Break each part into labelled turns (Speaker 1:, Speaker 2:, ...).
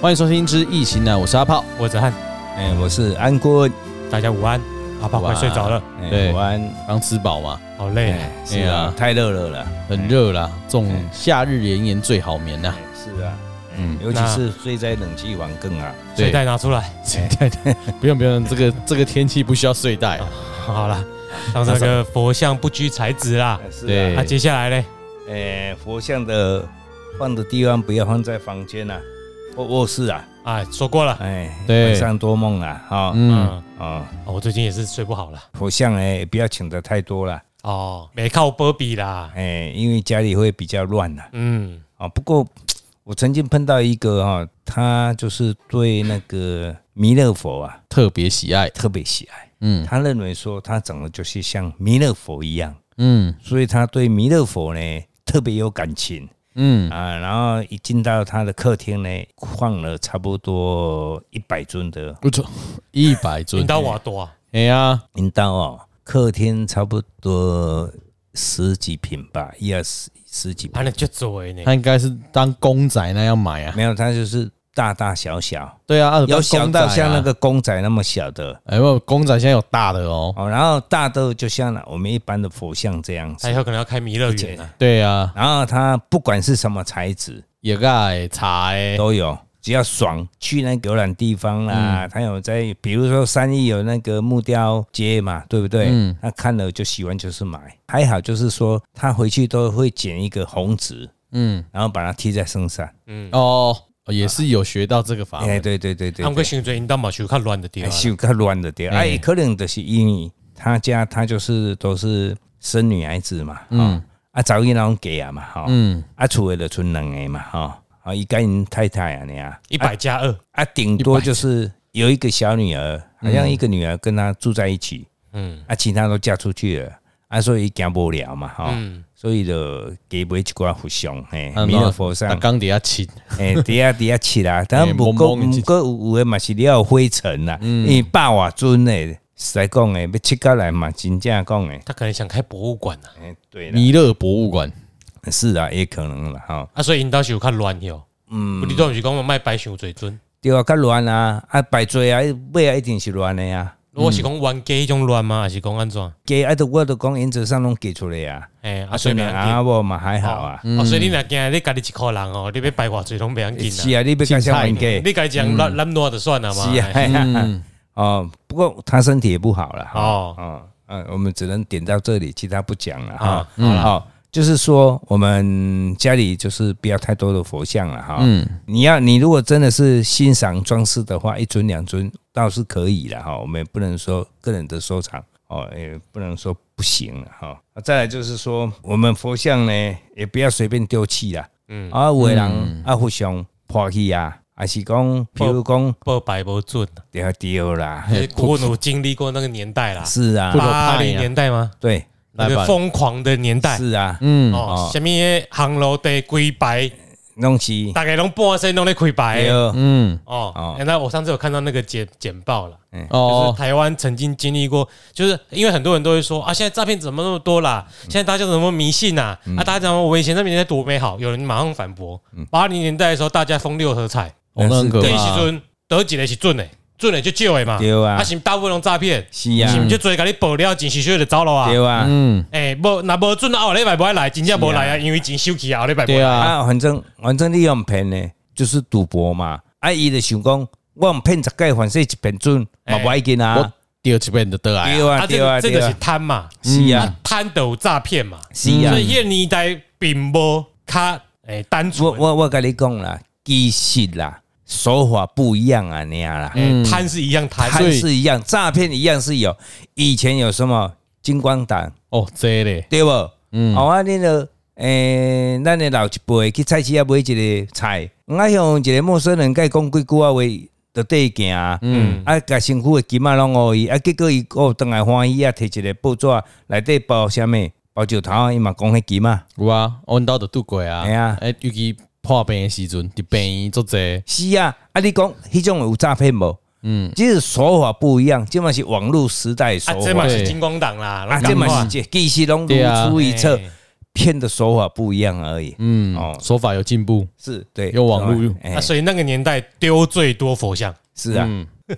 Speaker 1: 欢迎收听之异形呢，我是阿炮。
Speaker 2: 我子翰，
Speaker 3: 哎、我是安郭，
Speaker 2: 大家午安。阿爸
Speaker 3: 午
Speaker 2: 快
Speaker 3: 安
Speaker 2: 睡着了，
Speaker 3: 哎、
Speaker 1: 对
Speaker 3: 我安，
Speaker 1: 刚吃饱嘛，
Speaker 2: 好累啊。
Speaker 3: 哎是
Speaker 1: 哎
Speaker 3: 啊
Speaker 1: 呀，
Speaker 3: 太热了啦，
Speaker 1: 很热啦，这种
Speaker 3: 嗯
Speaker 1: 夏日炎炎最好眠呐
Speaker 3: 哎。是啊，
Speaker 1: 嗯，
Speaker 3: 尤其
Speaker 2: 那
Speaker 3: 是睡在冷气房更啊，
Speaker 2: 睡袋拿出来。
Speaker 1: 不用不用，这个 这个天气不需要睡袋啊。
Speaker 2: 好啦，让那个佛像不拘才子啦。
Speaker 3: 哎是
Speaker 1: 对
Speaker 3: 啊，
Speaker 2: 那接下来呢？
Speaker 3: 哎、佛像的放的地方不要放在房间啊，或卧室啊，
Speaker 2: 啊，说过了。
Speaker 3: 哎、
Speaker 1: 对
Speaker 3: 晚上多梦啊，哈、哦，
Speaker 1: 嗯，
Speaker 2: 嗯，
Speaker 3: 哦，
Speaker 2: 哦我最近也是睡不好了。
Speaker 3: 佛像哎、不要请的太多了，
Speaker 2: 哦，没靠波比啦。
Speaker 3: 哎、因为家里会比较乱呐、啊，
Speaker 2: 嗯，
Speaker 3: 哦，不过我曾经碰到一个哈、哦，他就是对那个弥勒佛啊
Speaker 1: 特别喜爱。
Speaker 3: 特别喜爱，
Speaker 1: 嗯
Speaker 3: 他认为说他长得就是像弥勒佛一样。
Speaker 1: 嗯
Speaker 3: 所以他对弥勒佛呢特别有感情
Speaker 1: 嗯，
Speaker 3: 啊。然后一进到他的客厅呢，放了差不多一百尊的
Speaker 1: 不错，一百
Speaker 2: 引
Speaker 1: 尊。
Speaker 2: 导我多啊。
Speaker 1: 哎呀，
Speaker 3: 银刀哦，客厅差不多十几瓶吧，一二十十几瓶，
Speaker 2: 啊，那就作为呢。
Speaker 1: 他应该是当公仔那样买啊。
Speaker 3: 没有，他就是大大小小，
Speaker 1: 对啊，
Speaker 3: 有
Speaker 1: 当
Speaker 3: 小
Speaker 1: 公仔啊
Speaker 3: 到像那，个公仔那么小的
Speaker 1: 哎不，公仔现在有大的哦。
Speaker 3: 哦，然后大到就像我们一般的佛像这样
Speaker 2: 他
Speaker 1: 哎
Speaker 3: 子
Speaker 2: 以。后可能要开弥勒园啊。
Speaker 1: 对啊，
Speaker 3: 然后它不管是什么材质
Speaker 1: 也盖茶哎，
Speaker 3: 都有。只要爽，去那个游览地方啦，他有在，比如说三义有那个木雕街嘛，对不对？
Speaker 1: 嗯
Speaker 3: 他看了就喜欢，就是买。还好就是说，他回去都会剪一个红纸，
Speaker 1: 嗯
Speaker 3: 然后把它贴在身上。
Speaker 1: 哦，也是有学到这个法
Speaker 3: 哎、
Speaker 1: 门。
Speaker 3: 对对对对
Speaker 2: 他们
Speaker 3: 对
Speaker 2: 会想做引导嘛，就较乱的地
Speaker 3: 哎
Speaker 2: 方。啊
Speaker 3: 是有个乱的对。哎、可能就是因为他家他就是都是生女孩子嘛，嗯，啊，早一那种给啊嘛，哈、
Speaker 1: 嗯，
Speaker 3: 啊，厝里就剩两个嘛，哈、啊，伊跟因太太啊，你啊，
Speaker 2: 一百加二。
Speaker 3: 啊，顶多就是有一个小女儿，好像一个女儿跟她住在一起，
Speaker 2: 嗯
Speaker 3: 啊，其他都嫁出去了，啊，所以行不了嘛，哈、
Speaker 2: 嗯，
Speaker 3: 所以就给买一寡佛像，嘿
Speaker 1: 啊，
Speaker 3: 弥勒佛像
Speaker 1: 那，刚底下亲，
Speaker 3: 嘿，底下底下起 啦，但不过
Speaker 1: 蒙蒙的嗯
Speaker 3: 不过有有的嘛是了灰尘啦，因为百外尊诶，实在讲诶，要切过来嘛，真正讲诶，
Speaker 2: 他可能想开博物馆啊。
Speaker 3: 哎，对啦，
Speaker 1: 弥勒博物馆。
Speaker 3: 是啊，也可能啦，哈，
Speaker 2: 啊，所以引导是有较乱的哦。嗯，你都不是讲卖白想最准。
Speaker 3: 对啊，较乱啊，啊，排罪啊，尾啊一定是乱的啊。
Speaker 2: 如果是讲冤家迄种乱吗？还是讲安怎？
Speaker 3: 给啊，都我都讲原则上拢给出来啊，
Speaker 2: 哎，啊，
Speaker 3: 啊，
Speaker 2: 所
Speaker 3: 虽
Speaker 2: 以
Speaker 3: 然
Speaker 2: 袂要
Speaker 3: 啊，我嘛还好啊，
Speaker 2: 紧。哦，所以你若惊你家己一个人哦，你要排偌济拢袂要紧
Speaker 3: 是
Speaker 2: 啊。
Speaker 3: 啊，你要加上玩家，
Speaker 2: 你家己人揽揽乱就算了嘛。
Speaker 3: 是啊，
Speaker 2: 哎
Speaker 3: 嘿啊哦，不过他身体也不好了哈，
Speaker 2: 哦
Speaker 3: 哦，嗯，我们只能点到这里，其他不讲了哈
Speaker 2: 啊，
Speaker 3: 好，就是说我们家里就是不要太多的佛像了哈，
Speaker 1: 嗯
Speaker 3: 你要你如果真的是欣赏装饰的话，一尊两尊倒是可以了哈，我们也不能说个人的收藏哦，也不能说不行了哈。啊再来就是说，我们佛像呢也不要随便丢弃啦，嗯，啊，有的人啊互相破去啊，还是讲，比如讲
Speaker 2: 报白无准，啊
Speaker 3: 丢丢啦，
Speaker 1: 嘿
Speaker 2: 我有经历过那个年代啦，
Speaker 3: 是啊
Speaker 1: 不，
Speaker 2: 八零年代吗？
Speaker 3: 对，
Speaker 2: 那
Speaker 1: 来吧
Speaker 2: 个疯狂的年代
Speaker 3: 是啊，
Speaker 1: 嗯，
Speaker 2: 哦，什么航路地规排，
Speaker 3: 弄起
Speaker 2: 大概拢半身拢咧开
Speaker 3: 对
Speaker 2: 排
Speaker 1: 嗯，
Speaker 2: 哦。哎那我上次有看到那个简简报了。就是
Speaker 1: 哦，
Speaker 2: 台湾曾经经历过，就是因为很多人都会说啊，现在诈骗怎么那么多啦？
Speaker 3: 嗯
Speaker 2: 现在大家怎么迷信呐、啊？大家讲我们以前那年代多美好，有人马上反驳。
Speaker 3: 嗯
Speaker 2: 八零年代的时候，大家风六合彩，
Speaker 1: 哦，那很可
Speaker 2: 这一时
Speaker 1: 怕。
Speaker 2: 阵得几个是准的，准的就借的嘛。
Speaker 3: 啊对啊
Speaker 2: 啊，是不是大部分拢诈骗，
Speaker 3: 是啊
Speaker 2: 是，毋就做甲你爆料，钱是小就走了嗯啊。
Speaker 3: 对啊，
Speaker 1: 嗯，
Speaker 2: 诶，无若无准啊后礼拜不爱来，真正无来啊，因为钱收起啊，后礼拜不
Speaker 1: 对
Speaker 2: 来。
Speaker 1: 啊，
Speaker 3: 啊，反正反正你用骗呢，就是赌博嘛。啊，伊就想讲，我用骗十个，反正一骗准，嘛不要紧
Speaker 1: 我
Speaker 3: 啊。
Speaker 1: 丢一遍就得来啊。
Speaker 3: 对啊，
Speaker 2: 啊，这
Speaker 3: 对
Speaker 2: 个
Speaker 3: 啊，
Speaker 2: 这个
Speaker 3: 对
Speaker 2: 是
Speaker 3: 啊，
Speaker 2: 贪嘛，
Speaker 3: 是
Speaker 2: 啊
Speaker 3: 啊，
Speaker 2: 贪就有诈骗嘛。
Speaker 3: 是啊
Speaker 2: 所。以迄个年代并无较诶单
Speaker 3: 我
Speaker 2: 纯。
Speaker 3: 我我跟你讲啦，其实啦，手法不一样啊，那样啦，
Speaker 2: 欸贪是一样贪，
Speaker 3: 还是一样，诈骗一样是有。以前有什么金光党，
Speaker 1: 哦，这嘞，
Speaker 3: 对不？嗯，哦啊，那个诶，咱的老一辈去菜市啊买一个菜，我向一个陌生人伊讲几句啊话，就对他行啊。嗯，啊，甲身躯的金仔拢互伊，啊，结果伊哦，当来欢喜啊，摕一个报纸内底包啥物，包石头啊，伊嘛讲迄金仔。
Speaker 1: 有啊，阮兜就拄过啊。
Speaker 3: 哎呀
Speaker 1: 哎，尤其破病的时阵，伫病院做这，
Speaker 3: 是啊，啊，你讲迄种有诈骗无？嗯，即是手法不一样，即嘛是网络时代的
Speaker 2: 啊
Speaker 3: 手，
Speaker 2: 这嘛
Speaker 3: 法，
Speaker 2: 是金光党啦，
Speaker 3: 啊，
Speaker 2: 咱
Speaker 3: 即
Speaker 2: 讲
Speaker 3: 嘛
Speaker 2: 话
Speaker 3: 是这技术拢
Speaker 1: 对
Speaker 3: 如
Speaker 1: 啊
Speaker 3: 出一辙
Speaker 2: 哎。
Speaker 3: 骗的手法不一样而已。嗯，哦，
Speaker 1: 手法有进步，
Speaker 3: 是对，
Speaker 1: 用网络
Speaker 3: 哎、
Speaker 2: 啊，所以那个年代丢最多佛像，
Speaker 3: 是啊，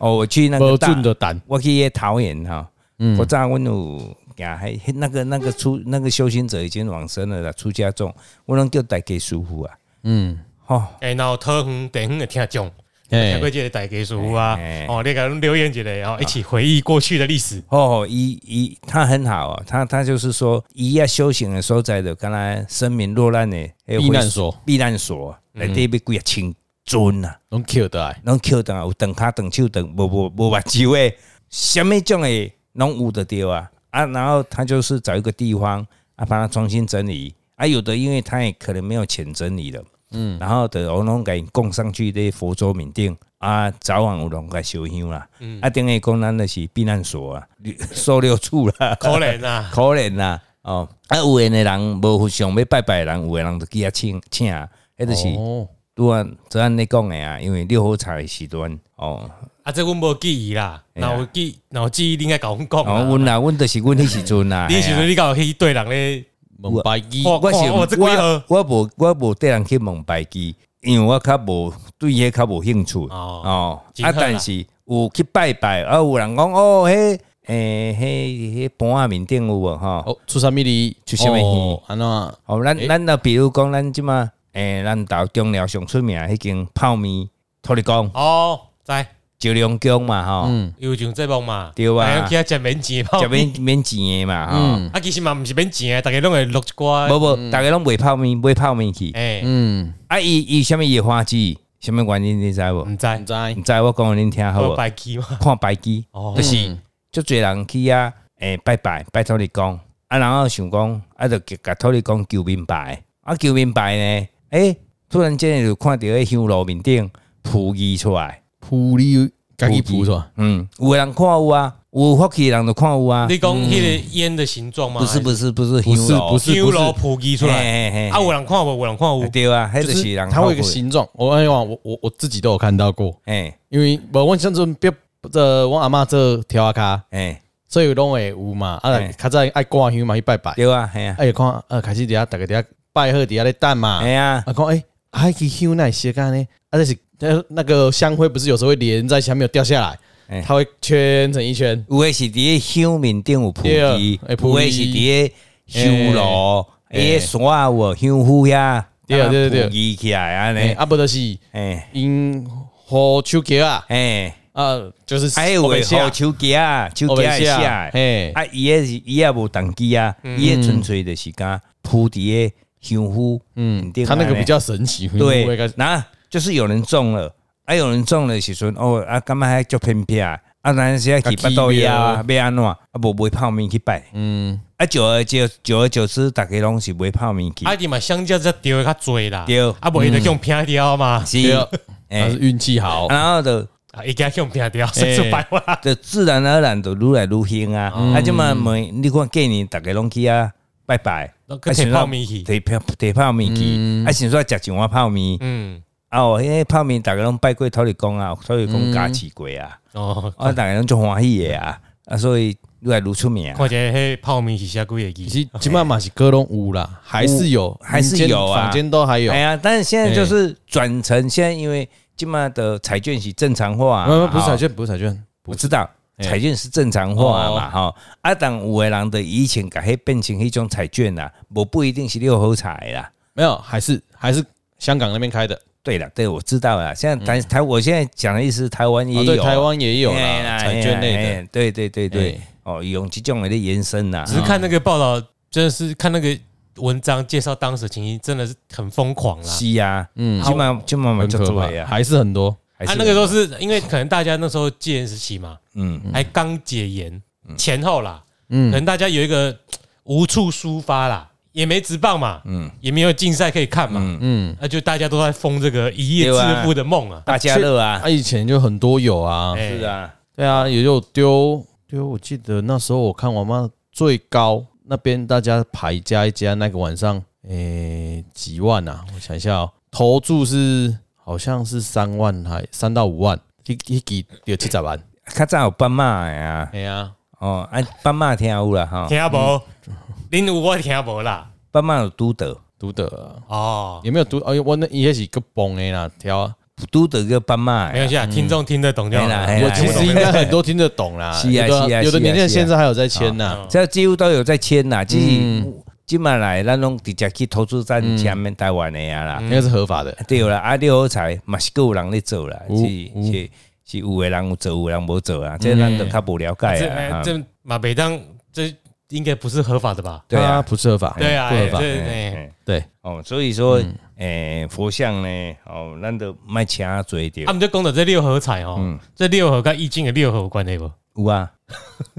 Speaker 3: 哦，我去那
Speaker 1: 嗯不
Speaker 3: 个大
Speaker 1: 准的嗯胆，
Speaker 3: 我去桃园哈，我早阮有呀，还那个那个出那个修行者已经往生了啦，出家众，我拢叫大家舒服啊，嗯，吼，
Speaker 2: 哎，然后特哼等哼的听众，
Speaker 1: 哎
Speaker 2: 听过这个大家书啊
Speaker 3: 哎哎，哎
Speaker 2: 哦，你给我们留言一下，哦然后一起回忆过去的历 史。
Speaker 3: 哦，一一他很好啊，他他就是说，一要修行的所在的，刚才生命落难的
Speaker 1: 避难所，
Speaker 3: 避难所，内底要几啊千尊啊，
Speaker 1: 拢 Q 的哎，
Speaker 3: 拢捡到有长骹长手长无无无目睭的，什么种的拢有的对啊啊！然后他就是找一个地方啊，把它重新整理啊。有的因为他也可能没有钱整理了，嗯，然后的我拢给供上去咧佛桌面顶啊，早晚有拢给烧香啦，啊，等于讲咱那是避难所啊， 收留处 啦，
Speaker 2: 可怜啊，
Speaker 3: 可怜啦、哦，啊，有诶的人无想要拜拜的人，有诶人就去遐请请，啊迄就是。
Speaker 1: 哦，
Speaker 3: 拄啊，昨按你讲的啊，因为六合茶的时段哦，
Speaker 2: 啊，这阮无记忆啦，然后记，然后记忆你应该甲阮讲
Speaker 3: 哎哦，
Speaker 2: 啊。
Speaker 3: 阮啦，阮就是阮迄时阵啦，
Speaker 2: 你时
Speaker 3: 嘿
Speaker 2: 阵
Speaker 3: 啊
Speaker 2: 你搞去对人咧，
Speaker 1: 蒙白鸡，
Speaker 2: 我
Speaker 3: 我是
Speaker 2: 哇哇这几号
Speaker 3: 我我无我无带人去问白机，因为我较无对迄较无兴趣
Speaker 2: 哦
Speaker 3: 哦，
Speaker 2: 真好
Speaker 3: 啊，
Speaker 2: 啦
Speaker 3: 但是有去拜拜，啊，有人讲哦，迄诶，迄迄盘啊面顶有无吼？
Speaker 1: 哦，出啥米哩？
Speaker 3: 出什么米
Speaker 1: 哦？安那
Speaker 3: 哦，咱咱那比如讲咱即嘛，诶，咱到中寮上出名迄间泡面，托你讲，
Speaker 2: 哦，在
Speaker 3: 石龙宫嘛吼，
Speaker 1: 嗯
Speaker 2: 有上节目嘛，
Speaker 3: 对啊
Speaker 2: 嗯哎去遐食免钱泡
Speaker 3: 食免免钱的嘛吼。
Speaker 2: 啊，其实嘛毋是免钱的，大家拢会录一寡，
Speaker 3: 无无，大家拢卖泡面，卖泡面去。
Speaker 2: 哎，
Speaker 1: 嗯，
Speaker 3: 啊，伊伊什么伊的花枝，什么原因你知无？
Speaker 2: 毋知，
Speaker 1: 知
Speaker 3: 毋知我讲互恁嗯听好
Speaker 2: 我
Speaker 3: 无？
Speaker 2: 白去嘛，
Speaker 3: 看白机，
Speaker 2: 哦
Speaker 3: 就是足侪人去啊，诶，拜拜，拜托你讲。啊，然后想讲，啊，就甲托你讲求明白，啊，求明白呢，诶，突然间就看到迄香炉面顶浮字出来，
Speaker 1: 扑你，家己扑是吧？
Speaker 3: 嗯，有的人看有啊，有福气的人就看有啊，
Speaker 2: 你讲迄个烟的形状嘛，
Speaker 3: 不是不是不是
Speaker 1: 不是
Speaker 3: 香炉
Speaker 1: 不是
Speaker 2: 丢了扑击出来，
Speaker 3: 嘿嘿嘿
Speaker 2: 啊，有人看无，有人看
Speaker 3: 啊
Speaker 2: 有，
Speaker 3: 对啊，迄
Speaker 1: 就
Speaker 3: 就是人
Speaker 1: 它会有一个
Speaker 3: 后悔，
Speaker 1: 形状，我哎呀，我我我自己都有看到过，
Speaker 3: 诶
Speaker 1: 因为无我像这别这我阿嬷这条啊卡，
Speaker 3: 诶，
Speaker 1: 所以拢会有嘛，啊
Speaker 3: 嘿，
Speaker 1: 较早爱挂香嘛去拜拜，
Speaker 3: 对啊，嘿啊，
Speaker 1: 哎看啊开始底下大家底下拜贺底下咧等嘛，
Speaker 3: 哎呀，
Speaker 1: 啊，讲哎，还去香那些干呢？啊，这是那那个香灰不是有时候会连在下面有掉下
Speaker 3: 哎
Speaker 1: 来，它会圈成一圈。
Speaker 3: 有的是伫咧香面顶有菩提，
Speaker 1: 对
Speaker 3: 有
Speaker 1: 啊
Speaker 3: 的
Speaker 1: 会菩提
Speaker 3: 是伫咧香炉，伊个山啊有无香火遐，
Speaker 1: 对啊对啊对啊
Speaker 3: 菩提起来安
Speaker 1: 哎，
Speaker 3: 尼，
Speaker 1: 啊，不就是
Speaker 3: 哎
Speaker 1: 因火球球啊，
Speaker 3: 哎，
Speaker 1: 啊，就是
Speaker 3: 还哎有
Speaker 1: 后
Speaker 3: 诶
Speaker 1: 面下
Speaker 3: 好手机啊，手机会下的，
Speaker 1: 哎，
Speaker 3: 啊伊个是伊个无动机啊，
Speaker 1: 嗯
Speaker 3: 伊个纯粹就是讲菩提的香火，嗯
Speaker 1: 它那个比较神奇，因为
Speaker 3: 对
Speaker 1: 它，
Speaker 3: 那就是有人中了，啊有人中了时阵，哦啊，干嘛还叫偏僻啊？啊，咱现在去八道呀，啊，要安怎啊？无买泡面去拜，
Speaker 1: 嗯，
Speaker 3: 啊，久而久久而久之，大家拢是买泡面去，
Speaker 2: 啊，你嘛相较则丢的较侪啦，
Speaker 3: 对嗯
Speaker 2: 啊，无伊就叫偏掉嘛，
Speaker 1: 对
Speaker 3: 是，
Speaker 1: 啊，它
Speaker 3: 哎
Speaker 1: 是，运气好，
Speaker 3: 然后就
Speaker 2: 啊，伊家叫偏掉，四处百万，
Speaker 3: 就自然而然就愈来愈兴啊，啊，即嘛每你看过年，大家拢去啊，拜拜，啊
Speaker 2: 都去摕泡面去
Speaker 3: 提泡提泡面去，啊，想说食一碗泡面，
Speaker 2: 嗯，
Speaker 3: 啊，哦，迄泡面大家拢拜过土地公啊，土地公加持过啊，
Speaker 2: 哦，
Speaker 3: 啊，大家拢足欢喜的啊，啊，所以愈来愈出名。
Speaker 2: 看者迄泡面是写几个字，
Speaker 1: 其实起码嘛是各种有啦，还是有，
Speaker 3: 还是有啊
Speaker 1: 房间都还有
Speaker 3: 哎，呀，但是现在就是转成现在，因为今嘛的彩券是正常化啊，
Speaker 1: 没有没有不是
Speaker 3: 哦
Speaker 1: 彩券，不是彩券，
Speaker 3: 我知道
Speaker 1: 哎
Speaker 3: 彩券是正常
Speaker 1: 哦
Speaker 3: 化嘛，吼、啊，但有的人的以前甲迄变成迄种彩券啦，无不一定是六合彩啦。
Speaker 1: 没有，还是还是香港那边开的，
Speaker 3: 对了，对，我知道了。现在台、台，我现在讲的意思，台湾也
Speaker 1: 嗯哦
Speaker 3: 有，
Speaker 1: 对，
Speaker 3: 啊
Speaker 1: 台湾也有
Speaker 3: 哎
Speaker 1: 啦，彩券类的。
Speaker 3: 哎对对对对，
Speaker 1: 哎
Speaker 3: 哦，用这种的延伸啊啦。
Speaker 2: 只是看那个报道，真的是看那个文章介绍当时情形，真的是很疯狂啦。
Speaker 3: 是啊，嗯，起码起码嘛
Speaker 1: 很
Speaker 3: 就
Speaker 1: 可
Speaker 3: 做
Speaker 1: 怕，
Speaker 3: 呀，
Speaker 1: 还是很多。
Speaker 3: 还
Speaker 2: 啊，那个都是因为可能大家那时候戒严时期嘛，
Speaker 3: 嗯
Speaker 2: 还刚解严前后啦，可能大家有一个嘖无处抒发啦，也没职棒嘛，也没有竞赛可以看嘛，嗯，那就大家都在疯这个一夜致富的梦啊，
Speaker 3: 大家乐啊，
Speaker 1: 啊，以前就很多有啊，
Speaker 2: 哎
Speaker 3: 是啊，
Speaker 1: 对啊，也有丢丢。我记得那时候我看我妈最高那边大家排加一加，那个晚上诶几万啊？我想一下哦，投注是好像是三万还三到五万，一一给有七十万。
Speaker 3: 较早有斑马的啊，
Speaker 1: 哎呀，
Speaker 3: 哦，啊，斑马听有啦，吼，
Speaker 2: 听无？恁有我听无啦，
Speaker 3: 慢慢有都得，
Speaker 1: 独得啊，
Speaker 2: 哦，
Speaker 1: 也没有独，哎呦，我那也是个崩的啦，挑啊，
Speaker 3: 都得个慢慢
Speaker 2: 没。关系啊，听众听得懂就好了。
Speaker 3: 嘿啦嘿
Speaker 1: 我
Speaker 3: 啦
Speaker 1: 其实应该很多听得懂啦，
Speaker 3: 哎 是啊
Speaker 1: 有的
Speaker 3: 是啊
Speaker 1: 有的
Speaker 3: 是啊啊
Speaker 1: 年轻人
Speaker 3: 是啊
Speaker 1: 现在还有在签呐，
Speaker 2: 哦
Speaker 3: 这几乎都有在签啦，只
Speaker 2: 嗯
Speaker 3: 是今嘛来咱拢直接去投资站前面台湾的啊
Speaker 2: 嗯
Speaker 3: 啦，
Speaker 1: 应该是合法的，
Speaker 3: 对啦，啊六合彩嘛是够有人咧做啦，
Speaker 1: 有有
Speaker 3: 是是是有的人有做，有人无做啊，这咱就较无了解
Speaker 2: 嗯这
Speaker 3: 啊
Speaker 2: 哎
Speaker 3: 啊。
Speaker 2: 这马北当这应该不是合法的吧？
Speaker 3: 对啊
Speaker 1: 它不是合法，
Speaker 2: 对啊，
Speaker 1: 不合
Speaker 2: 哎
Speaker 1: 法，
Speaker 2: 这
Speaker 3: 嘿
Speaker 2: 哎
Speaker 3: 嘿
Speaker 1: 对，
Speaker 3: 哦，所以说，
Speaker 2: 嗯
Speaker 3: 诶，佛像呢，哦，咱都卖请做
Speaker 2: 他
Speaker 3: 着，
Speaker 2: 们就啊讲到这六合彩
Speaker 3: 嗯
Speaker 2: 哦，这六合跟易经的六合有关系不？
Speaker 3: 有啊，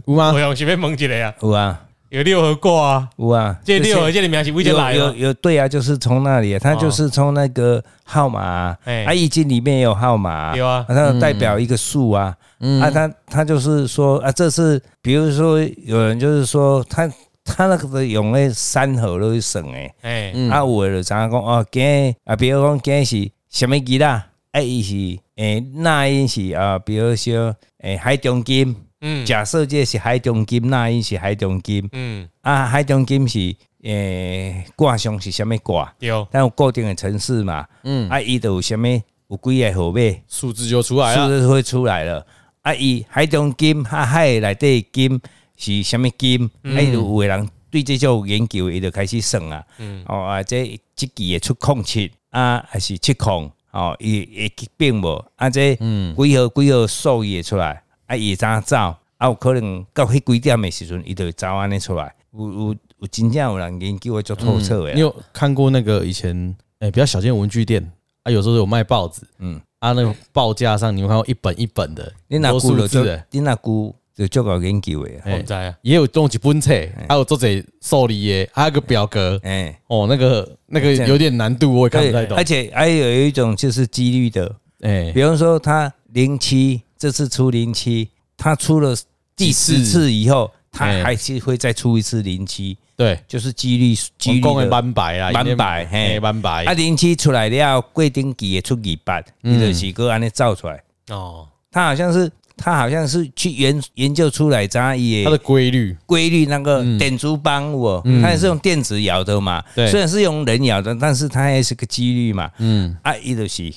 Speaker 1: 有吗
Speaker 2: 我？用随便蒙一个啊，
Speaker 3: 有啊，
Speaker 2: 有六合过啊，
Speaker 3: 有啊，
Speaker 2: 这
Speaker 3: 就是
Speaker 2: 六合这里面是为什
Speaker 3: 有
Speaker 2: 么来哦
Speaker 3: 有
Speaker 2: 的？
Speaker 3: 有，对啊，就是从那里，他就是从那个号码啊，
Speaker 2: 哎
Speaker 3: 啊，易经里面也有号码啊，
Speaker 2: 有啊
Speaker 3: 它代表一个数啊，啊，他他就是说啊，这是比如说有人就是说他他那个用那三河都去算诶，
Speaker 2: 哎，
Speaker 3: 啊，有的就知影讲哦，今天啊，比如讲今天是什么日啦，啊，伊是诶，那因是啊，比如说诶，海中金，
Speaker 2: 嗯
Speaker 3: 假设这是海中金，那因是海中金，
Speaker 2: 嗯，
Speaker 3: 啊，海中金是诶卦象是啥物卦？
Speaker 2: 有
Speaker 3: 咱有固定的城市嘛，嗯，啊，伊就有啥物有几个号码，
Speaker 1: 数字就出来啊
Speaker 3: 数
Speaker 1: 了，
Speaker 3: 字会出来了。啊，伊海中金啊，海内底的金是啥物金？
Speaker 1: 嗯
Speaker 3: 啊，伊就有个人对这种研究，伊就开始算啊。
Speaker 1: 嗯
Speaker 3: 哦啊，这即期会出空七啊，还是七空？哦，伊会去变无？啊，这
Speaker 1: 嗯
Speaker 3: 几号几号数伊会出来？啊，伊会怎样走？啊，有可能到迄几点的时阵，伊就会走安尼出来。有有有，真正有人研究的足透彻的啊
Speaker 1: 你
Speaker 3: 啦。
Speaker 1: 有看过那个以前哎比较小间的文具店啊，有时候有卖报纸，嗯，啊那个报价上你有看到一本一本的，
Speaker 3: 你
Speaker 1: 很多
Speaker 3: 若久
Speaker 1: 数
Speaker 3: 就
Speaker 1: 字
Speaker 3: 足
Speaker 1: 的，
Speaker 3: 你若久就足够研究的啊。
Speaker 2: 我们知啊，
Speaker 1: 也有弄一本册，还有做者受理耶，还有个表格，
Speaker 3: 哎。
Speaker 1: 哦，那个那个有点难度，我也看
Speaker 3: 对
Speaker 1: 不太，懂
Speaker 3: 而，且还有一种就是几率的，
Speaker 1: 哎
Speaker 3: 比，方说他零七这次出零七，他出了第四
Speaker 1: 几次
Speaker 3: 次以后，他
Speaker 1: 哎
Speaker 3: 还是会再出一次零七，
Speaker 1: 对，
Speaker 3: 就是几率几率
Speaker 1: 公的啊
Speaker 3: 的。
Speaker 1: 斑白啦，
Speaker 3: 斑白嘿
Speaker 1: 嘿，斑白嗯
Speaker 3: 啊，，零七出来了，贵丁期也出二八，你的几个安尼造出来，
Speaker 2: 哦，
Speaker 3: 他好像是他好像是去研研究出来，咱也
Speaker 1: 它的规律，
Speaker 3: 规律那个点珠棒我，它也是用电子摇的嘛，
Speaker 1: 嗯对
Speaker 3: 虽然是用人摇的，但是它也是个几率嘛，嗯，啊，伊就是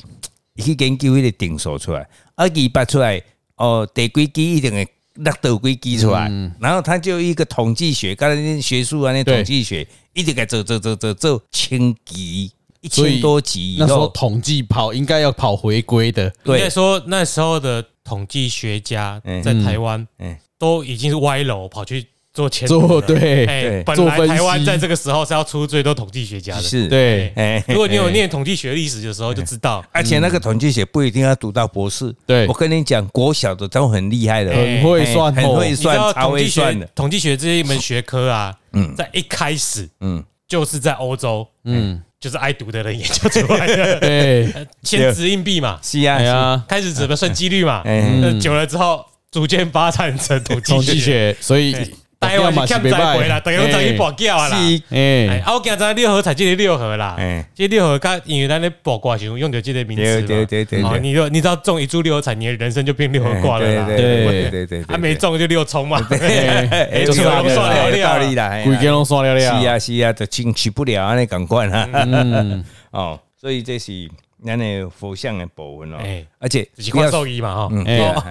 Speaker 3: 伊去研究迄个定数出来，啊，二八出来，哦，第几基一定会落到几基出来，然后他就一个统计学，刚才那学术啊，那
Speaker 1: 嗯对
Speaker 3: 统计学一直给做做做做做千级，一
Speaker 1: 所以
Speaker 3: 千多级以
Speaker 1: 那时候
Speaker 3: 后，
Speaker 1: 统计跑应该要跑回归的，
Speaker 2: 应该
Speaker 3: 对，
Speaker 2: 说那时候的统计学家
Speaker 3: 嗯
Speaker 2: 在台湾
Speaker 3: 嗯
Speaker 2: 都已经是歪楼跑去做前途
Speaker 1: 做
Speaker 2: 了。
Speaker 1: 对
Speaker 2: 哎，
Speaker 3: 对
Speaker 2: 本
Speaker 1: 做
Speaker 2: 来
Speaker 1: 分
Speaker 2: 台湾
Speaker 1: 析
Speaker 2: 在这个时候是要出最多统计学家的。
Speaker 3: 是，，
Speaker 1: 对
Speaker 3: 哎，
Speaker 2: 如果你有念统计学历史的时候，就知道
Speaker 3: 而且那个统计学不一定要读到博士，
Speaker 1: 嗯对
Speaker 3: 我跟你讲，国小的都很厉害的，
Speaker 2: 哎
Speaker 1: 很会算
Speaker 3: 哎很
Speaker 1: 哦，
Speaker 3: 会
Speaker 2: 你知道
Speaker 3: 算，超
Speaker 2: 统
Speaker 3: 会
Speaker 2: 计
Speaker 3: 算的
Speaker 2: 学，统计学这一门学科啊，在一开始，
Speaker 3: 嗯
Speaker 2: 就是在欧洲，哎
Speaker 1: 嗯，
Speaker 2: 就是爱读的人研究出来 的，
Speaker 1: 对，
Speaker 2: 先掷硬币嘛，
Speaker 3: 是啊，
Speaker 1: 哎
Speaker 3: 是啊，
Speaker 1: 呀，
Speaker 2: 开始怎么算几率嘛，
Speaker 3: 哎
Speaker 2: 那久了之后逐渐发展成统
Speaker 1: 统
Speaker 2: 计
Speaker 1: 计
Speaker 2: 学。
Speaker 1: 学，所以
Speaker 2: 台湾是欠债回啦，等于等于博缴啊啦。哎，
Speaker 1: 哎，
Speaker 2: 啊，我今仔六合彩这个六合啦
Speaker 3: 哎，
Speaker 2: 这六合甲因为咱咧卜卦时候用到这个名词嘛，
Speaker 3: 对对对对
Speaker 2: 哦
Speaker 3: 对
Speaker 2: 你就你知道中一注六合彩，你的人生就变六合卦了啦。
Speaker 3: 对
Speaker 1: 对
Speaker 3: 对对对对，
Speaker 2: 啊，没中就六冲嘛，
Speaker 3: 哎，
Speaker 1: 哎，
Speaker 3: 有
Speaker 1: 就是啦
Speaker 3: 道理
Speaker 2: 算了
Speaker 3: 啦，
Speaker 2: 了
Speaker 3: 有道理啦，哎呀
Speaker 1: 鬼跟拢刷了
Speaker 3: 是
Speaker 1: 了，，
Speaker 3: 啊是啊，就进去不了啊，那赶快
Speaker 2: 嗯
Speaker 3: 啦， 哦，所以这是咱的佛像的部分哦
Speaker 2: 哎，
Speaker 3: 而且
Speaker 2: 就是
Speaker 3: 不
Speaker 2: 看
Speaker 3: 要
Speaker 2: 兽医嘛哈。
Speaker 3: 嗯
Speaker 1: 哎
Speaker 2: 哦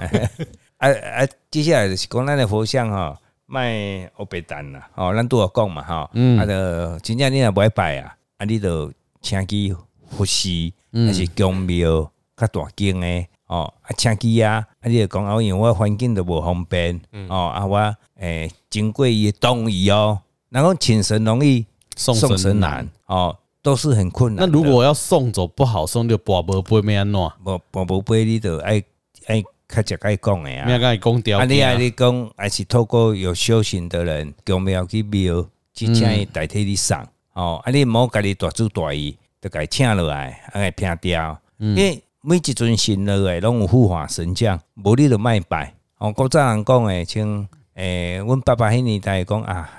Speaker 3: 啊啊，接下来就是讲咱的佛像哈，卖欧白蛋啦，哦，咱都有讲嘛哈，
Speaker 1: 嗯
Speaker 3: 啊，就真正你若不爱拜啊，啊，你就请去佛寺，
Speaker 1: 嗯
Speaker 3: 还是宫庙较大间的哦，啊，请去啊，啊，你就讲啊，因为我环境都无方便，
Speaker 1: 嗯
Speaker 3: 哦，啊，我诶经过伊的同意哦，然后请神容易
Speaker 1: 送
Speaker 3: 送
Speaker 1: 神
Speaker 3: 神
Speaker 1: 难
Speaker 3: 难。哦，都是很困难
Speaker 1: 那
Speaker 3: 的。
Speaker 1: 如果要送走不好送，就跋无杯咩安怎？
Speaker 3: 无无无杯，你就爱爱较直爱讲的啊
Speaker 1: 咩。甲伊讲掉
Speaker 3: 啊，？你啊，你讲还是透过有修行的人，供庙去庙，去请伊代替你送哦。啊，你毋好家己大主大意，就家请落来，啊，来拼掉。因为每一尊神落来拢有护法神将，无你就莫拜。哦，古早人讲诶，像诶，阮爸爸迄年代讲啊，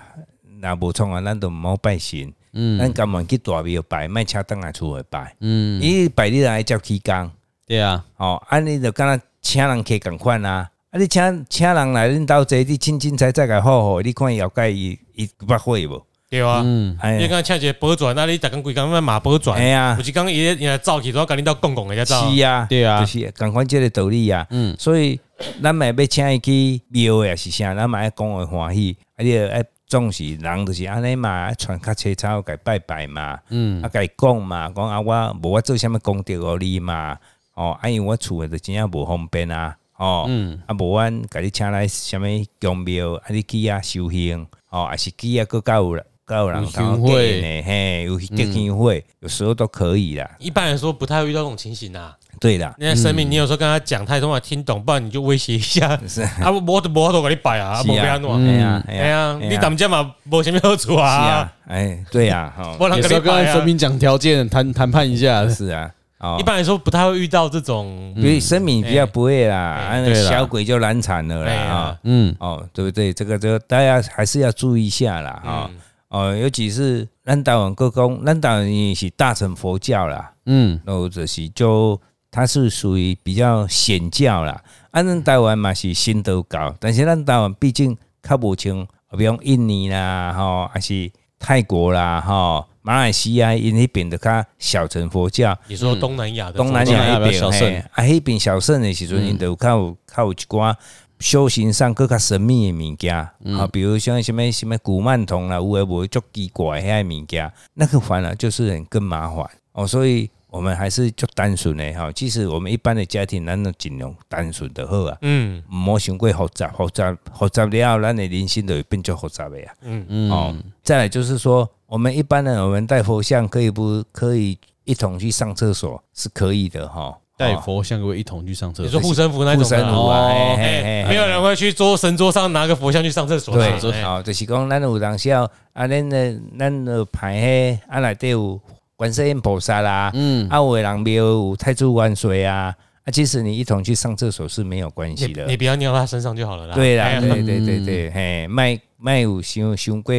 Speaker 3: 若无创啊，咱就毋好拜神。嗯，咱甘愿去大庙拜，莫请倒来厝诶拜。嗯，伊拜你来照起工。
Speaker 1: 对啊，
Speaker 3: 哦，啊，你就敢若请人客共款啊，啊，你请请人来恁兜坐，你清清采采个好好，你看伊后盖伊伊捌火无？
Speaker 2: 对啊，
Speaker 1: 嗯，
Speaker 3: 哎
Speaker 2: 你
Speaker 3: 呀，
Speaker 2: 刚恰个保转，那你打工鬼刚慢马保转，
Speaker 3: 哎呀
Speaker 2: 我，就刚也也走起，都要赶紧到公共人家走
Speaker 3: 是。呀，
Speaker 1: 对啊
Speaker 3: 就是共款即个道理啊。
Speaker 1: 嗯
Speaker 3: 所以咱嘛要请伊去庙也是啥，咱嘛要讲话欢喜，啊，你就要总是人就是安尼嘛，要传较车草甲拜拜嘛，
Speaker 1: 嗯
Speaker 3: 啊，甲伊讲嘛，讲啊，我无我做啥物功德互你嘛，哦，啊，因为我厝诶就真正无方便啊，哦，
Speaker 1: 嗯
Speaker 3: 啊，无阮甲你请来啥物供庙，啊，你去啊修行，哦，啊是去啊，佫较有人较有人
Speaker 1: 有
Speaker 3: 通
Speaker 1: 香火
Speaker 3: 过呢，嘿，有结婚会，有时候都可以啦，
Speaker 2: 一般来说不太会遇到这种情形啊。
Speaker 3: 对啦，
Speaker 2: 那生命你有时候跟他讲太多话听懂，不然你就威胁一下，
Speaker 3: 是
Speaker 2: 啊，我我都无法度给你摆啊，啊，
Speaker 3: 是
Speaker 2: 无
Speaker 3: 啊
Speaker 2: 被安弄。
Speaker 3: 哎呀，哎
Speaker 2: 哎呀，你
Speaker 3: 呀
Speaker 2: 咱们家嘛无什么好处
Speaker 3: 是
Speaker 2: 啊
Speaker 3: 啊，，哎，对呀，哦，
Speaker 2: 我能
Speaker 1: 也
Speaker 2: 给
Speaker 1: 是
Speaker 2: 你
Speaker 1: 要跟
Speaker 2: 摆啊
Speaker 1: 神。明讲条件，谈谈判一下。
Speaker 3: 是啊，哦
Speaker 2: 一，般来说不太会遇到这种，
Speaker 3: 因为生米比较不会啦，啊，那
Speaker 1: 对啦
Speaker 3: 小鬼就难产了啦
Speaker 2: 哎呀
Speaker 3: 啊，
Speaker 1: 嗯
Speaker 3: 哦，对不对？这个这个大家还是要注意一下啦啊，
Speaker 2: 嗯
Speaker 3: 哦，尤其是咱台湾国公，咱台湾也是大乘佛教啦，
Speaker 1: 嗯
Speaker 3: 那或者是就它是属于比较显教啦，啊，咱台湾嘛是新道教，但是咱台湾毕竟较无像，比如讲印尼啦，吼，还是泰国啦，吼，马来西亚因那边的较小乘佛教。
Speaker 2: 你说东南亚的
Speaker 3: 嗯东南
Speaker 1: 中南亚
Speaker 3: 亚
Speaker 1: 比较小
Speaker 3: 迄边，
Speaker 1: 圣嗯
Speaker 3: 嘿啊，迄边小圣的时阵，因都较有较有一寡修行上搁较神秘的物件
Speaker 1: 嗯
Speaker 3: 啊，比如像什物什物古曼童啦，有诶无足奇怪遐的物件，那个反而就是很更麻烦哦，所以我们还是足单纯的吼。其实我们一般的家庭，咱都尽量单纯就好啊，
Speaker 2: 嗯，
Speaker 3: 毋好想过复杂，复杂复杂了后，咱的人生就会变足复杂的啊。哦
Speaker 1: 嗯，，
Speaker 3: 再来就是说，我们一般人我们带佛像可以不可以一同去上厕所是可以的哈。
Speaker 1: 带
Speaker 3: 哦
Speaker 1: 佛像各位一同去上厕
Speaker 2: 你说
Speaker 1: 所。
Speaker 2: 护身符那种
Speaker 3: 护身
Speaker 2: 的啊
Speaker 3: 符啊，
Speaker 1: 哦
Speaker 3: 嘿嘿嘿
Speaker 2: 哎，
Speaker 3: 嘿
Speaker 2: 没有人会去桌神桌上拿个佛像去上厕所啦。
Speaker 1: 对
Speaker 2: 哎
Speaker 3: 好，哦就是讲咱有当时要啊，咱的咱的排迄啊内底有观世音菩萨啦，
Speaker 1: 嗯
Speaker 3: 啊有的人庙有太祖万岁啊，啊其实你一同去上厕所是没有关系
Speaker 2: 你
Speaker 3: 的
Speaker 2: 你。不要尿他身上就好了啦。
Speaker 3: 对
Speaker 2: 哎
Speaker 3: 啦，
Speaker 2: 呀
Speaker 3: 对对对对，嘿，卖卖有想想过，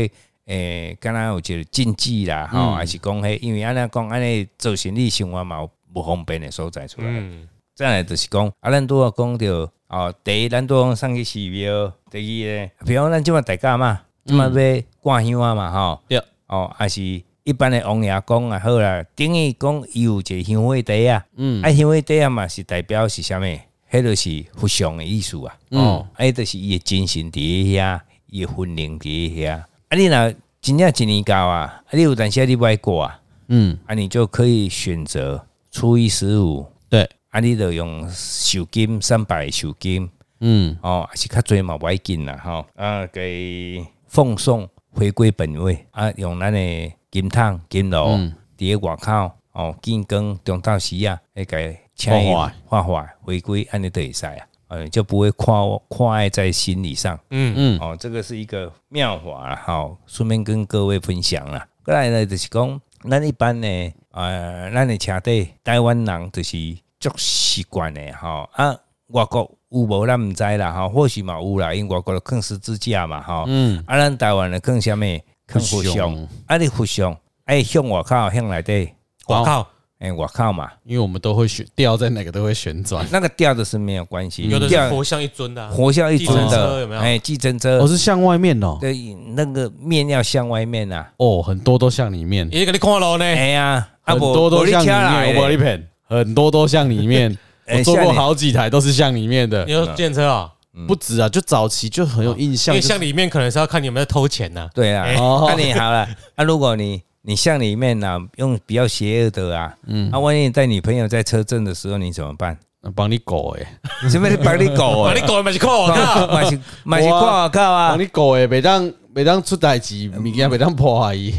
Speaker 3: 诶，敢若有一个禁忌啦，吼，
Speaker 2: 嗯
Speaker 3: 还是讲迄，因为安尼讲安尼做生理生活嘛有无方便的所在出来。
Speaker 2: 嗯，
Speaker 3: 再来就是讲，啊，咱拄啊讲着哦，第一咱拄讲送去寺庙，第二咧，比如讲咱即马大家嘛，即马要挂香啊嘛，
Speaker 1: 嗯
Speaker 3: 吼，
Speaker 1: 对，
Speaker 3: 哦，还是一般的王爷公啊，好啦，等于讲伊有一个香火袋啊，
Speaker 1: 嗯
Speaker 3: 啊，香火袋啊嘛是代表是啥物？迄就是佛像的意思啊。
Speaker 1: 嗯
Speaker 3: 啊，伊就是伊的精神伫遐，伊的魂灵伫遐。啊，你若真正一年到啊，啊，你有当时你不爱过啊，
Speaker 1: 嗯，
Speaker 3: 啊，你就可以选择初一十五，
Speaker 1: 对，
Speaker 3: 啊，你就用寿金三百寿金，
Speaker 1: 嗯
Speaker 3: 哦，还是较侪嘛，不要紧啦，吼、啊，给奉送回归本位，啊，用咱的金桶、金炉，
Speaker 1: 嗯
Speaker 3: 伫咧外口，哦，见光中昼时啊，迄个请伊
Speaker 1: 画
Speaker 3: 画画回归，安尼就会使啊，呃，就不会跨跨爱在心理上，
Speaker 1: 嗯
Speaker 3: 哦，这个是一个妙法啦，好、顺便跟各位分享啦。过来呢，就是讲，咱一般呢，呃，咱的车底台湾人就是足习惯的吼、啊，外国有无咱毋知啦吼、或许嘛有啦，因为外国的更十字架嘛吼、
Speaker 1: 嗯，
Speaker 3: 啊，咱台湾的更啥物？更佛
Speaker 1: 佛像
Speaker 3: 像，啊，你佛像，哎，向外口向内底，
Speaker 2: 我靠，
Speaker 3: 哎，外口嘛，
Speaker 1: 因为我们都会旋掉在哪个都会旋转。
Speaker 3: 那个吊的是没有关系，
Speaker 2: 有的
Speaker 3: 吊
Speaker 2: 是佛像一尊的啊，
Speaker 3: 活像一尊
Speaker 2: 计程车
Speaker 3: 的，
Speaker 2: 有没有
Speaker 3: 哎，计程车，
Speaker 1: 哦，是向外面哦，
Speaker 3: 对，那个面要向外面啊。
Speaker 1: 哦，很多都向里面，
Speaker 2: 也给你看楼呢。
Speaker 3: 哎呀，啊
Speaker 1: 很
Speaker 3: 不
Speaker 1: 多都
Speaker 3: 不你
Speaker 1: 向里
Speaker 3: 车来
Speaker 1: 面，我一片，很多都向里 面。
Speaker 3: 哎
Speaker 1: 我坐
Speaker 3: 像
Speaker 1: 过
Speaker 3: 你
Speaker 1: 好几台都是向里面的
Speaker 2: 你，有电车啊？
Speaker 1: 不止啊，就早期就很有印
Speaker 2: 因
Speaker 1: 象，
Speaker 2: 为
Speaker 1: 就是
Speaker 2: 像里面可能是要看你有没有偷钱呐。
Speaker 3: 对啊，
Speaker 1: 哦
Speaker 3: 那你好了，啊，如果你你像里面呢、用比较邪恶的啊，嗯，啊，万一你带女朋友在车震的时候，你怎么办？
Speaker 1: 帮你狗哎，
Speaker 3: 是不是把你狗
Speaker 2: 把
Speaker 3: 啊哦
Speaker 2: 你？狗也没去看我靠！
Speaker 3: 买是买是挂靠啊
Speaker 1: 帮！你狗哎，别当别当出代志，物件别当破坏 伊。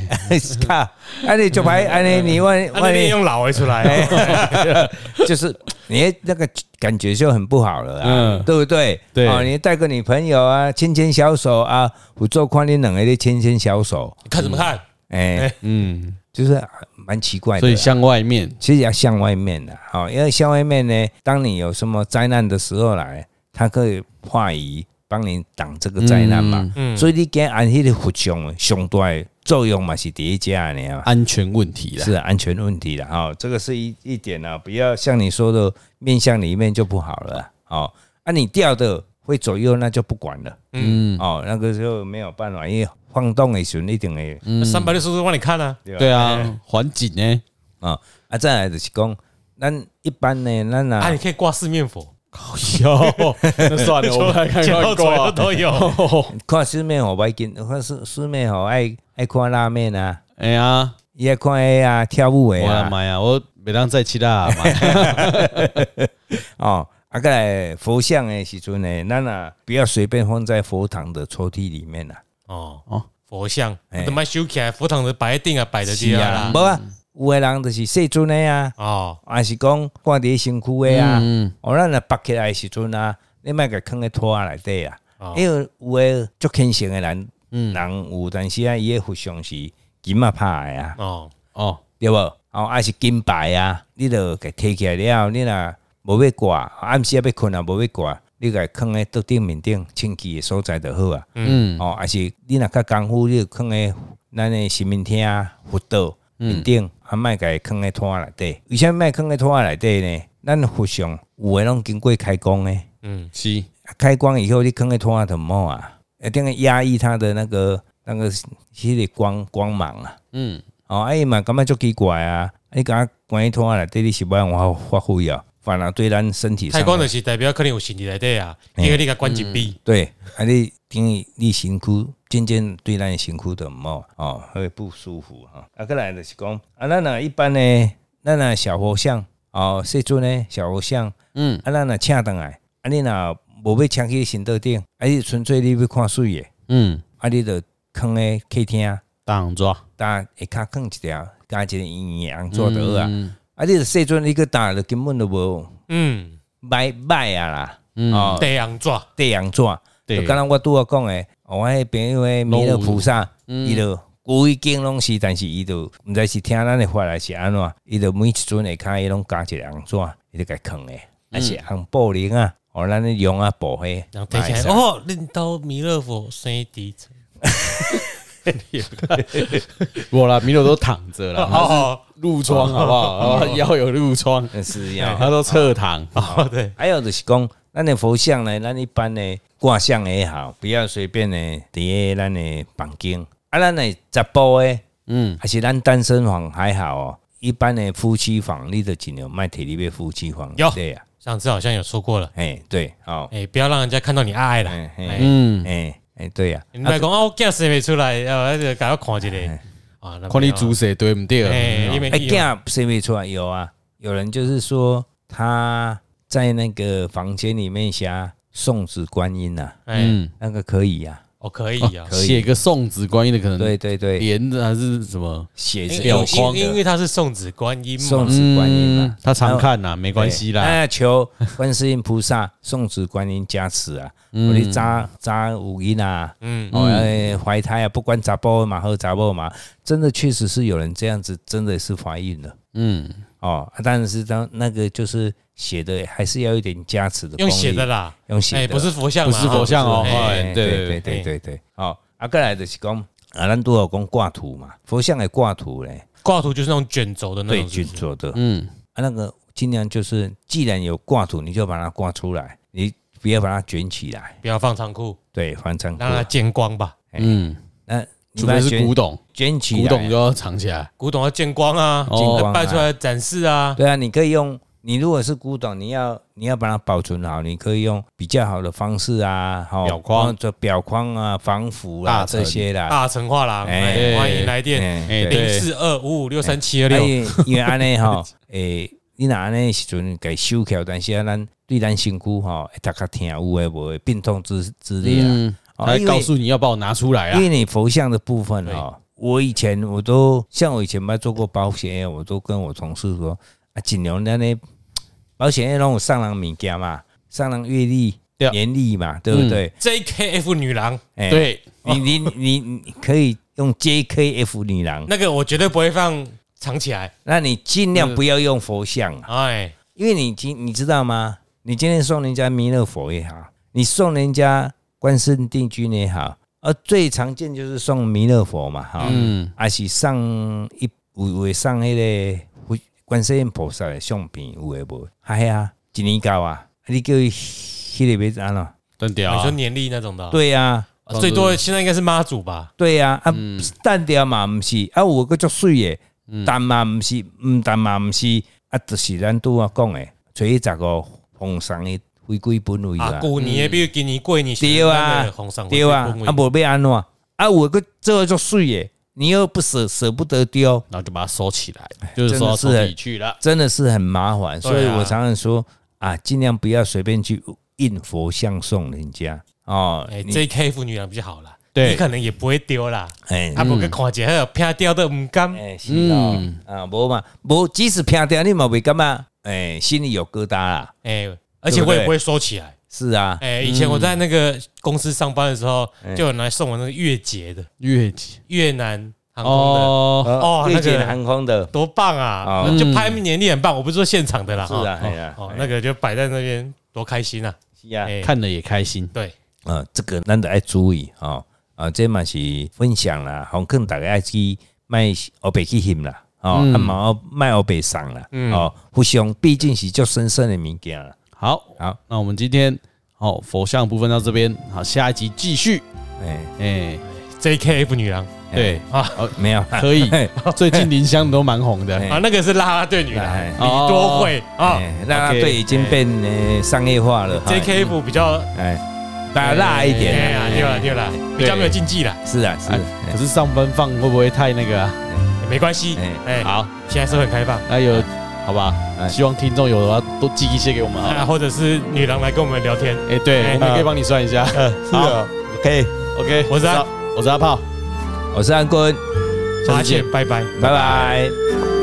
Speaker 3: 靠，啊你就牌，啊你你万
Speaker 2: 啊，
Speaker 3: 万
Speaker 2: 你
Speaker 3: 一
Speaker 2: 用老的出来哦，
Speaker 3: 就是你那个感觉就很不好了啊，
Speaker 1: 嗯
Speaker 3: 对不对？
Speaker 1: 对
Speaker 3: 哦，你带个女朋友啊，牵牵小手啊，我做看你两个咧牵牵小手，
Speaker 2: 看什么看？
Speaker 3: 哎，
Speaker 1: 嗯，
Speaker 3: 就是啊蛮奇怪的啊。
Speaker 1: 所以向外面，
Speaker 3: 其实要向外面的，好，因为向外面呢，当你有什么灾难的时候来，它可以化仪帮你挡这个灾难嘛。
Speaker 2: 嗯，
Speaker 3: 所以你跟按迄个佛像上大的作用嘛是第一家呢，
Speaker 2: 啊
Speaker 1: 安全问题啦。
Speaker 3: 是啊安全问题的哈、哦，这个是一一点啊，不要像你说的面向里面就不好了啊哦。啊，你掉的会左右那就不管了，
Speaker 1: 嗯
Speaker 3: 哦，那个就没有办法，因为晃动的时候一定会
Speaker 2: 三百六十度让你看啊，
Speaker 1: 对啊，环境 呢？
Speaker 3: 啊啊，再来就是讲，咱一般呢，咱
Speaker 2: 啊，
Speaker 3: 啊
Speaker 2: 你可以挂四面佛，
Speaker 1: 靠腰，那算了，啊我们来 看
Speaker 2: 前
Speaker 1: 看
Speaker 2: 后左右
Speaker 1: 挂。
Speaker 2: 都有。
Speaker 3: 看师妹好歹紧，看师师妹好爱爱看辣妹啊，
Speaker 1: 哎呀，
Speaker 3: 伊爱看那个啊跳舞
Speaker 1: 我
Speaker 3: 的
Speaker 1: 的
Speaker 3: 啊，
Speaker 1: 妈呀，我每当在期待啊， 妈呀
Speaker 3: 哦，啊再来佛像的时阵呢，咱啊不要随便放在佛堂的抽屉里面啊啦，
Speaker 2: 哦
Speaker 1: 哦
Speaker 2: 哦，佛像，
Speaker 3: 哎
Speaker 2: 怎么修起来？佛堂的摆定啊，摆的地
Speaker 1: 是
Speaker 2: 啊
Speaker 1: 啊
Speaker 2: 啦。
Speaker 3: 无啊，有的人就是细尊的啊，
Speaker 2: 哦，
Speaker 3: 啊是讲挂伫身躯的啊，
Speaker 1: 嗯
Speaker 3: 哦，咱若拔起来的时阵啊，你莫甲囥咧拖仔内底啊
Speaker 2: 哦，
Speaker 3: 因为有诶足虔诚诶人，
Speaker 1: 嗯
Speaker 3: 人有，但是啊，伊诶佛像是金啊拍诶啊，
Speaker 2: 哦，
Speaker 1: 哦，
Speaker 3: 对无哦，啊是金牌啊，你著甲摕起来了，你若无要挂，暗时啊要困啊，无要挂，你甲囥咧桌顶面顶清气诶所在就好啊。
Speaker 1: 嗯，
Speaker 3: 哦，还是你若较功夫，你就囥咧咱诶神明厅啊、佛道面顶，啊，莫甲伊囥咧拖仔内底。为啥物莫囥咧拖仔内底呢？咱的佛像有诶拢经过开光诶，
Speaker 2: 嗯，
Speaker 1: 是，
Speaker 3: 啊开光以后你囥咧拖仔就毋好啊，一定会压抑它的那个那个迄个光光芒啊。
Speaker 1: 嗯，
Speaker 3: 哦，啊伊嘛感觉足奇怪啊，啊你甲关咧拖仔内底，你是要让我发挥啊，反而对咱身体上
Speaker 2: 太
Speaker 3: 的
Speaker 2: 光就是代表可能有神力来对啊，因为你个关紧闭，
Speaker 3: 对，啊你等于你身躯渐渐对咱的身躯都毋好哦，会不舒服哈。啊，再来就是讲啊，咱若一般呢，咱若小佛像哦，细尊呢小佛像，
Speaker 1: 嗯，
Speaker 3: 啊，咱若请倒来，啊，你若无要请去神桌顶，啊，你纯粹你要看水的，
Speaker 1: 嗯，
Speaker 3: 啊，你就囥咧客厅，
Speaker 1: 当啊抓
Speaker 3: 搭下骹囥一条，加一个圆圆红纸就好啊。
Speaker 1: 嗯
Speaker 3: 啊，你细尊你去搭就根本就无
Speaker 2: 嗯，
Speaker 3: 歹歹啊啦，哦，
Speaker 2: 得昂抓，
Speaker 3: 地洋纸。
Speaker 1: 对
Speaker 3: 就敢若我拄仔讲诶，哦我迄朋友诶弥勒菩萨，伊就规间拢是，但是伊就毋知是听咱诶话还是安怎，伊就每一阵下骹伊拢加一个红纸，伊就甲囥诶，还是红布帘啊，哦，咱咧用啊布迄，
Speaker 2: 然后提起来，哦，恁兜弥勒佛生地址，
Speaker 1: 我啦，米勒都躺着
Speaker 2: 哦
Speaker 1: 啦，
Speaker 2: 哦
Speaker 1: 褥疮好不 好？哦腰有褥疮，
Speaker 3: 那是要。
Speaker 1: 他都侧躺。
Speaker 2: 哦，对，
Speaker 3: 还有就是讲，咱的佛像呢，咱一般呢挂像也好，不要随便呢伫咧咱的房间。啊，咱的十步诶，
Speaker 1: 嗯，
Speaker 3: 还是咱单身房还好哦。一般的夫妻房，你就尽量卖体力的夫妻房。
Speaker 2: 有
Speaker 3: 对呀、
Speaker 2: 上次好像有说过了，
Speaker 3: 哎，对，哦，
Speaker 2: 哎，不要让人家看到你爱爱啦，
Speaker 3: 哎哎
Speaker 2: 哎，
Speaker 1: 嗯，
Speaker 3: 哎哎，对呀、
Speaker 2: 你别讲啊，我 g 生没出来，呃，就赶快看一下啊，那
Speaker 1: 看你煮谁对不对？
Speaker 2: 哎，你
Speaker 1: 哎，
Speaker 2: 们
Speaker 3: 哎，囝生不出来有啊，有人就是说他在那个房间里面写送子观音呐、啊，
Speaker 2: 哎，
Speaker 3: 那个可以呀、
Speaker 2: 哦，可以啊，
Speaker 3: 以
Speaker 1: 写个送子观音的可能
Speaker 3: 啊，对对对，
Speaker 1: 连的还是什么？
Speaker 3: 写
Speaker 2: 因
Speaker 3: 着
Speaker 2: 为
Speaker 1: 表
Speaker 2: 因
Speaker 1: 框
Speaker 2: 为因为他是送子观音嘛
Speaker 3: 送，子观音嘛、
Speaker 1: 嗯他常看呐，没关系啦。
Speaker 3: 哎，求观世音菩萨、送子观音加持啊！我哋扎扎五音啊，
Speaker 2: 嗯，
Speaker 3: 哦，哎怀胎啊，不管查甫嘛和查某嘛，真的确实是有人这样子，真的是怀孕了
Speaker 1: 嗯，
Speaker 3: 哦。啊但是当那个就是写的，还是要有一点加持的功
Speaker 2: 用
Speaker 3: 力，
Speaker 2: 写的啦，
Speaker 3: 用写的，
Speaker 2: 哎，不是佛像
Speaker 1: 不
Speaker 2: 嘛，
Speaker 1: 是佛像哦，
Speaker 2: 哎
Speaker 1: 哎，对对
Speaker 3: 对
Speaker 1: 对，
Speaker 3: 对对对，哦，啊，过来就是讲啊，咱都有讲挂图嘛，佛像的挂图嘞，
Speaker 2: 挂图就是那种卷轴的那
Speaker 3: 对，
Speaker 2: 种，
Speaker 3: 军做的，
Speaker 1: 嗯，
Speaker 3: 啊，那个尽量就是，既然有挂图，你就把它挂出来，你不要把它卷起来。
Speaker 2: 不要放仓库，
Speaker 3: 对，翻仓库
Speaker 2: 让，它见光吧。
Speaker 1: 嗯，
Speaker 3: 那你
Speaker 1: 除
Speaker 3: 把它
Speaker 1: 非是
Speaker 3: 卷
Speaker 1: 古董，
Speaker 3: 卷起来，
Speaker 1: 古
Speaker 3: 啊
Speaker 1: 董就啊要藏起来。
Speaker 2: 古董要见光啊，
Speaker 1: 哦
Speaker 2: 那摆出来展示啊。
Speaker 3: 对啊，你可以用。你如果是古董，你要你要把它保存好，你可以用比较好的方式啊，好
Speaker 1: 裱框
Speaker 3: 做表框啊、防腐啊
Speaker 1: 大成
Speaker 3: 这些啦。
Speaker 2: 大成画廊，
Speaker 3: 哎
Speaker 2: 哎欢迎来电，
Speaker 3: 嗯
Speaker 1: 哎
Speaker 3: 对
Speaker 2: 零四二五五六三七二
Speaker 3: 啊
Speaker 2: 六。
Speaker 3: 因为因为安尼吼， 诶，你若安尼的时阵给收起来，但是啊，咱对咱身躯吼，会大家听有诶无诶病痛之之类啊。
Speaker 1: 嗯，
Speaker 3: 哦
Speaker 1: 他
Speaker 3: 因为
Speaker 1: 告诉你要把我拿出来
Speaker 3: 因
Speaker 1: 啊。
Speaker 3: 为你佛像的部分哦，我以前我都像我以前没做过保险业，我都跟我同事说啊，尽量那那保险业让我上人物件嘛，上人阅历
Speaker 1: 对、嗯
Speaker 3: 年历嘛，对不对？
Speaker 2: JKF 女郎，
Speaker 3: 哎，
Speaker 1: 对，
Speaker 3: 你你你你可以用 JKF 女郎，
Speaker 2: 那个我绝对不会放藏起来。
Speaker 3: 那你尽量不要用佛像啊，
Speaker 2: 哎，
Speaker 3: 因为你今你知道吗？你今天送人家弥勒佛也好，你送人家关圣帝君也好，而最常见就是送弥勒佛嘛，哈、
Speaker 1: 嗯，
Speaker 3: 啊是上一有有的上迄、个佛观世音菩萨的相片有诶无？哎啊，一年到啊，啊你叫伊迄个要安怎？
Speaker 1: 真屌
Speaker 2: 你说
Speaker 1: 啊。哦
Speaker 2: 年历那种的，
Speaker 3: 对啊，
Speaker 1: 帮助
Speaker 2: 最多现在应该是妈祖吧？
Speaker 3: 对呀、啊，啊，
Speaker 2: 嗯
Speaker 3: 淡掉嘛毋是，啊，有个足水诶，淡嘛毋是，毋淡嘛毋是，啊，就是咱拄啊讲诶，找一十个红绳诶回归本位
Speaker 2: 啊，
Speaker 3: 啊，
Speaker 2: 旧年的比如今年过年
Speaker 3: 对啊
Speaker 2: 红上，
Speaker 3: 对啊，啊，无要安怎，啊，有个做足水诶，你又不舍舍不得丢，
Speaker 1: 然后就把它收起来，哎就是
Speaker 3: 真
Speaker 1: 说
Speaker 3: 的
Speaker 1: 到
Speaker 3: 是
Speaker 1: 抽
Speaker 3: 欸
Speaker 1: 屉去了。
Speaker 3: 真的是很麻烦，所以
Speaker 2: 对啊
Speaker 3: 我常常说啊，尽量不要随便去印佛像送人家哦，
Speaker 2: 哎
Speaker 3: 你
Speaker 2: ，J.K. 妇女郎比较好啦，
Speaker 1: 对
Speaker 2: 你可能也不会丢啦，
Speaker 3: 哎
Speaker 2: 啊，不过看一下，偏掉都唔甘，
Speaker 3: 哎，是哦，
Speaker 2: 嗯
Speaker 3: 啊，无嘛，无即使拼掉你嘛袂感觉，哎，心里有疙瘩啦。
Speaker 2: 哎，而且我
Speaker 3: 对不
Speaker 2: 也
Speaker 3: 对
Speaker 2: 不会收起来。
Speaker 3: 是啊，
Speaker 2: 哎，以前我在那个公司上班的时候，
Speaker 3: 嗯
Speaker 2: 就有人来送我那个月结的
Speaker 1: 月季
Speaker 2: 越南航空的，
Speaker 1: 哦，
Speaker 2: 哦
Speaker 3: 瑞
Speaker 2: 那个
Speaker 3: 典呃航空的，
Speaker 2: 多棒啊！
Speaker 3: 哦
Speaker 2: 就拍年历很棒，我不是说现场的啦，
Speaker 3: 是
Speaker 2: 哈
Speaker 3: 啊，哎呀，
Speaker 2: 哦，那个就摆在那边，多开心啊！
Speaker 3: 是啊，
Speaker 2: 哎，
Speaker 1: 看了也开心。
Speaker 2: 对，
Speaker 3: 啊，这个咱得爱注意哦，啊，这嘛是分享啦，红坑大家爱去卖欧北去翕啦，哦，
Speaker 2: 嗯
Speaker 3: 啊嘛卖欧北送啦，哦，互相毕竟是足神圣的物件啦，
Speaker 1: 好，
Speaker 3: 好，
Speaker 1: 那我们今天好佛像部分到这边，好，下一集继续。
Speaker 3: 哎，
Speaker 1: 哎，
Speaker 2: J.K.F 女郎
Speaker 1: 对
Speaker 2: 啊
Speaker 3: 没有，
Speaker 1: 可以
Speaker 3: 哎，
Speaker 1: 最近林香都蛮红的
Speaker 3: 哎。
Speaker 2: 啊，那个是啦啦队女郎
Speaker 3: 哎，
Speaker 2: 李多惠啊
Speaker 3: 哎，那队已经变呃商业化了哈
Speaker 2: ，J.K.F 比较
Speaker 3: 哎，大辣一点
Speaker 2: 哎呀，
Speaker 3: 啦，
Speaker 2: 对了对了，比较没有禁忌啦，
Speaker 3: 是啊，是
Speaker 1: 哎
Speaker 3: 啊，
Speaker 1: 可是上班放会不会太那个啊？
Speaker 2: 也没关系
Speaker 3: 哎，
Speaker 2: 哎，
Speaker 1: 好，
Speaker 2: 现在是很开放。
Speaker 1: 那有好吧？
Speaker 3: 哎
Speaker 1: 希望听众有的话多寄一些给我们好
Speaker 2: 啊，
Speaker 1: 了。
Speaker 2: 或者是女郎来跟我们聊天。
Speaker 1: 哎，对，
Speaker 2: 哎
Speaker 1: 我们也可以帮你算一下。
Speaker 3: 是啊，OK，
Speaker 1: OK，
Speaker 2: 我是阿
Speaker 1: 我是阿炮。
Speaker 3: 我是安坤，
Speaker 1: 下
Speaker 2: 发
Speaker 1: 次见
Speaker 2: 现，拜拜。
Speaker 3: 拜拜。
Speaker 1: 拜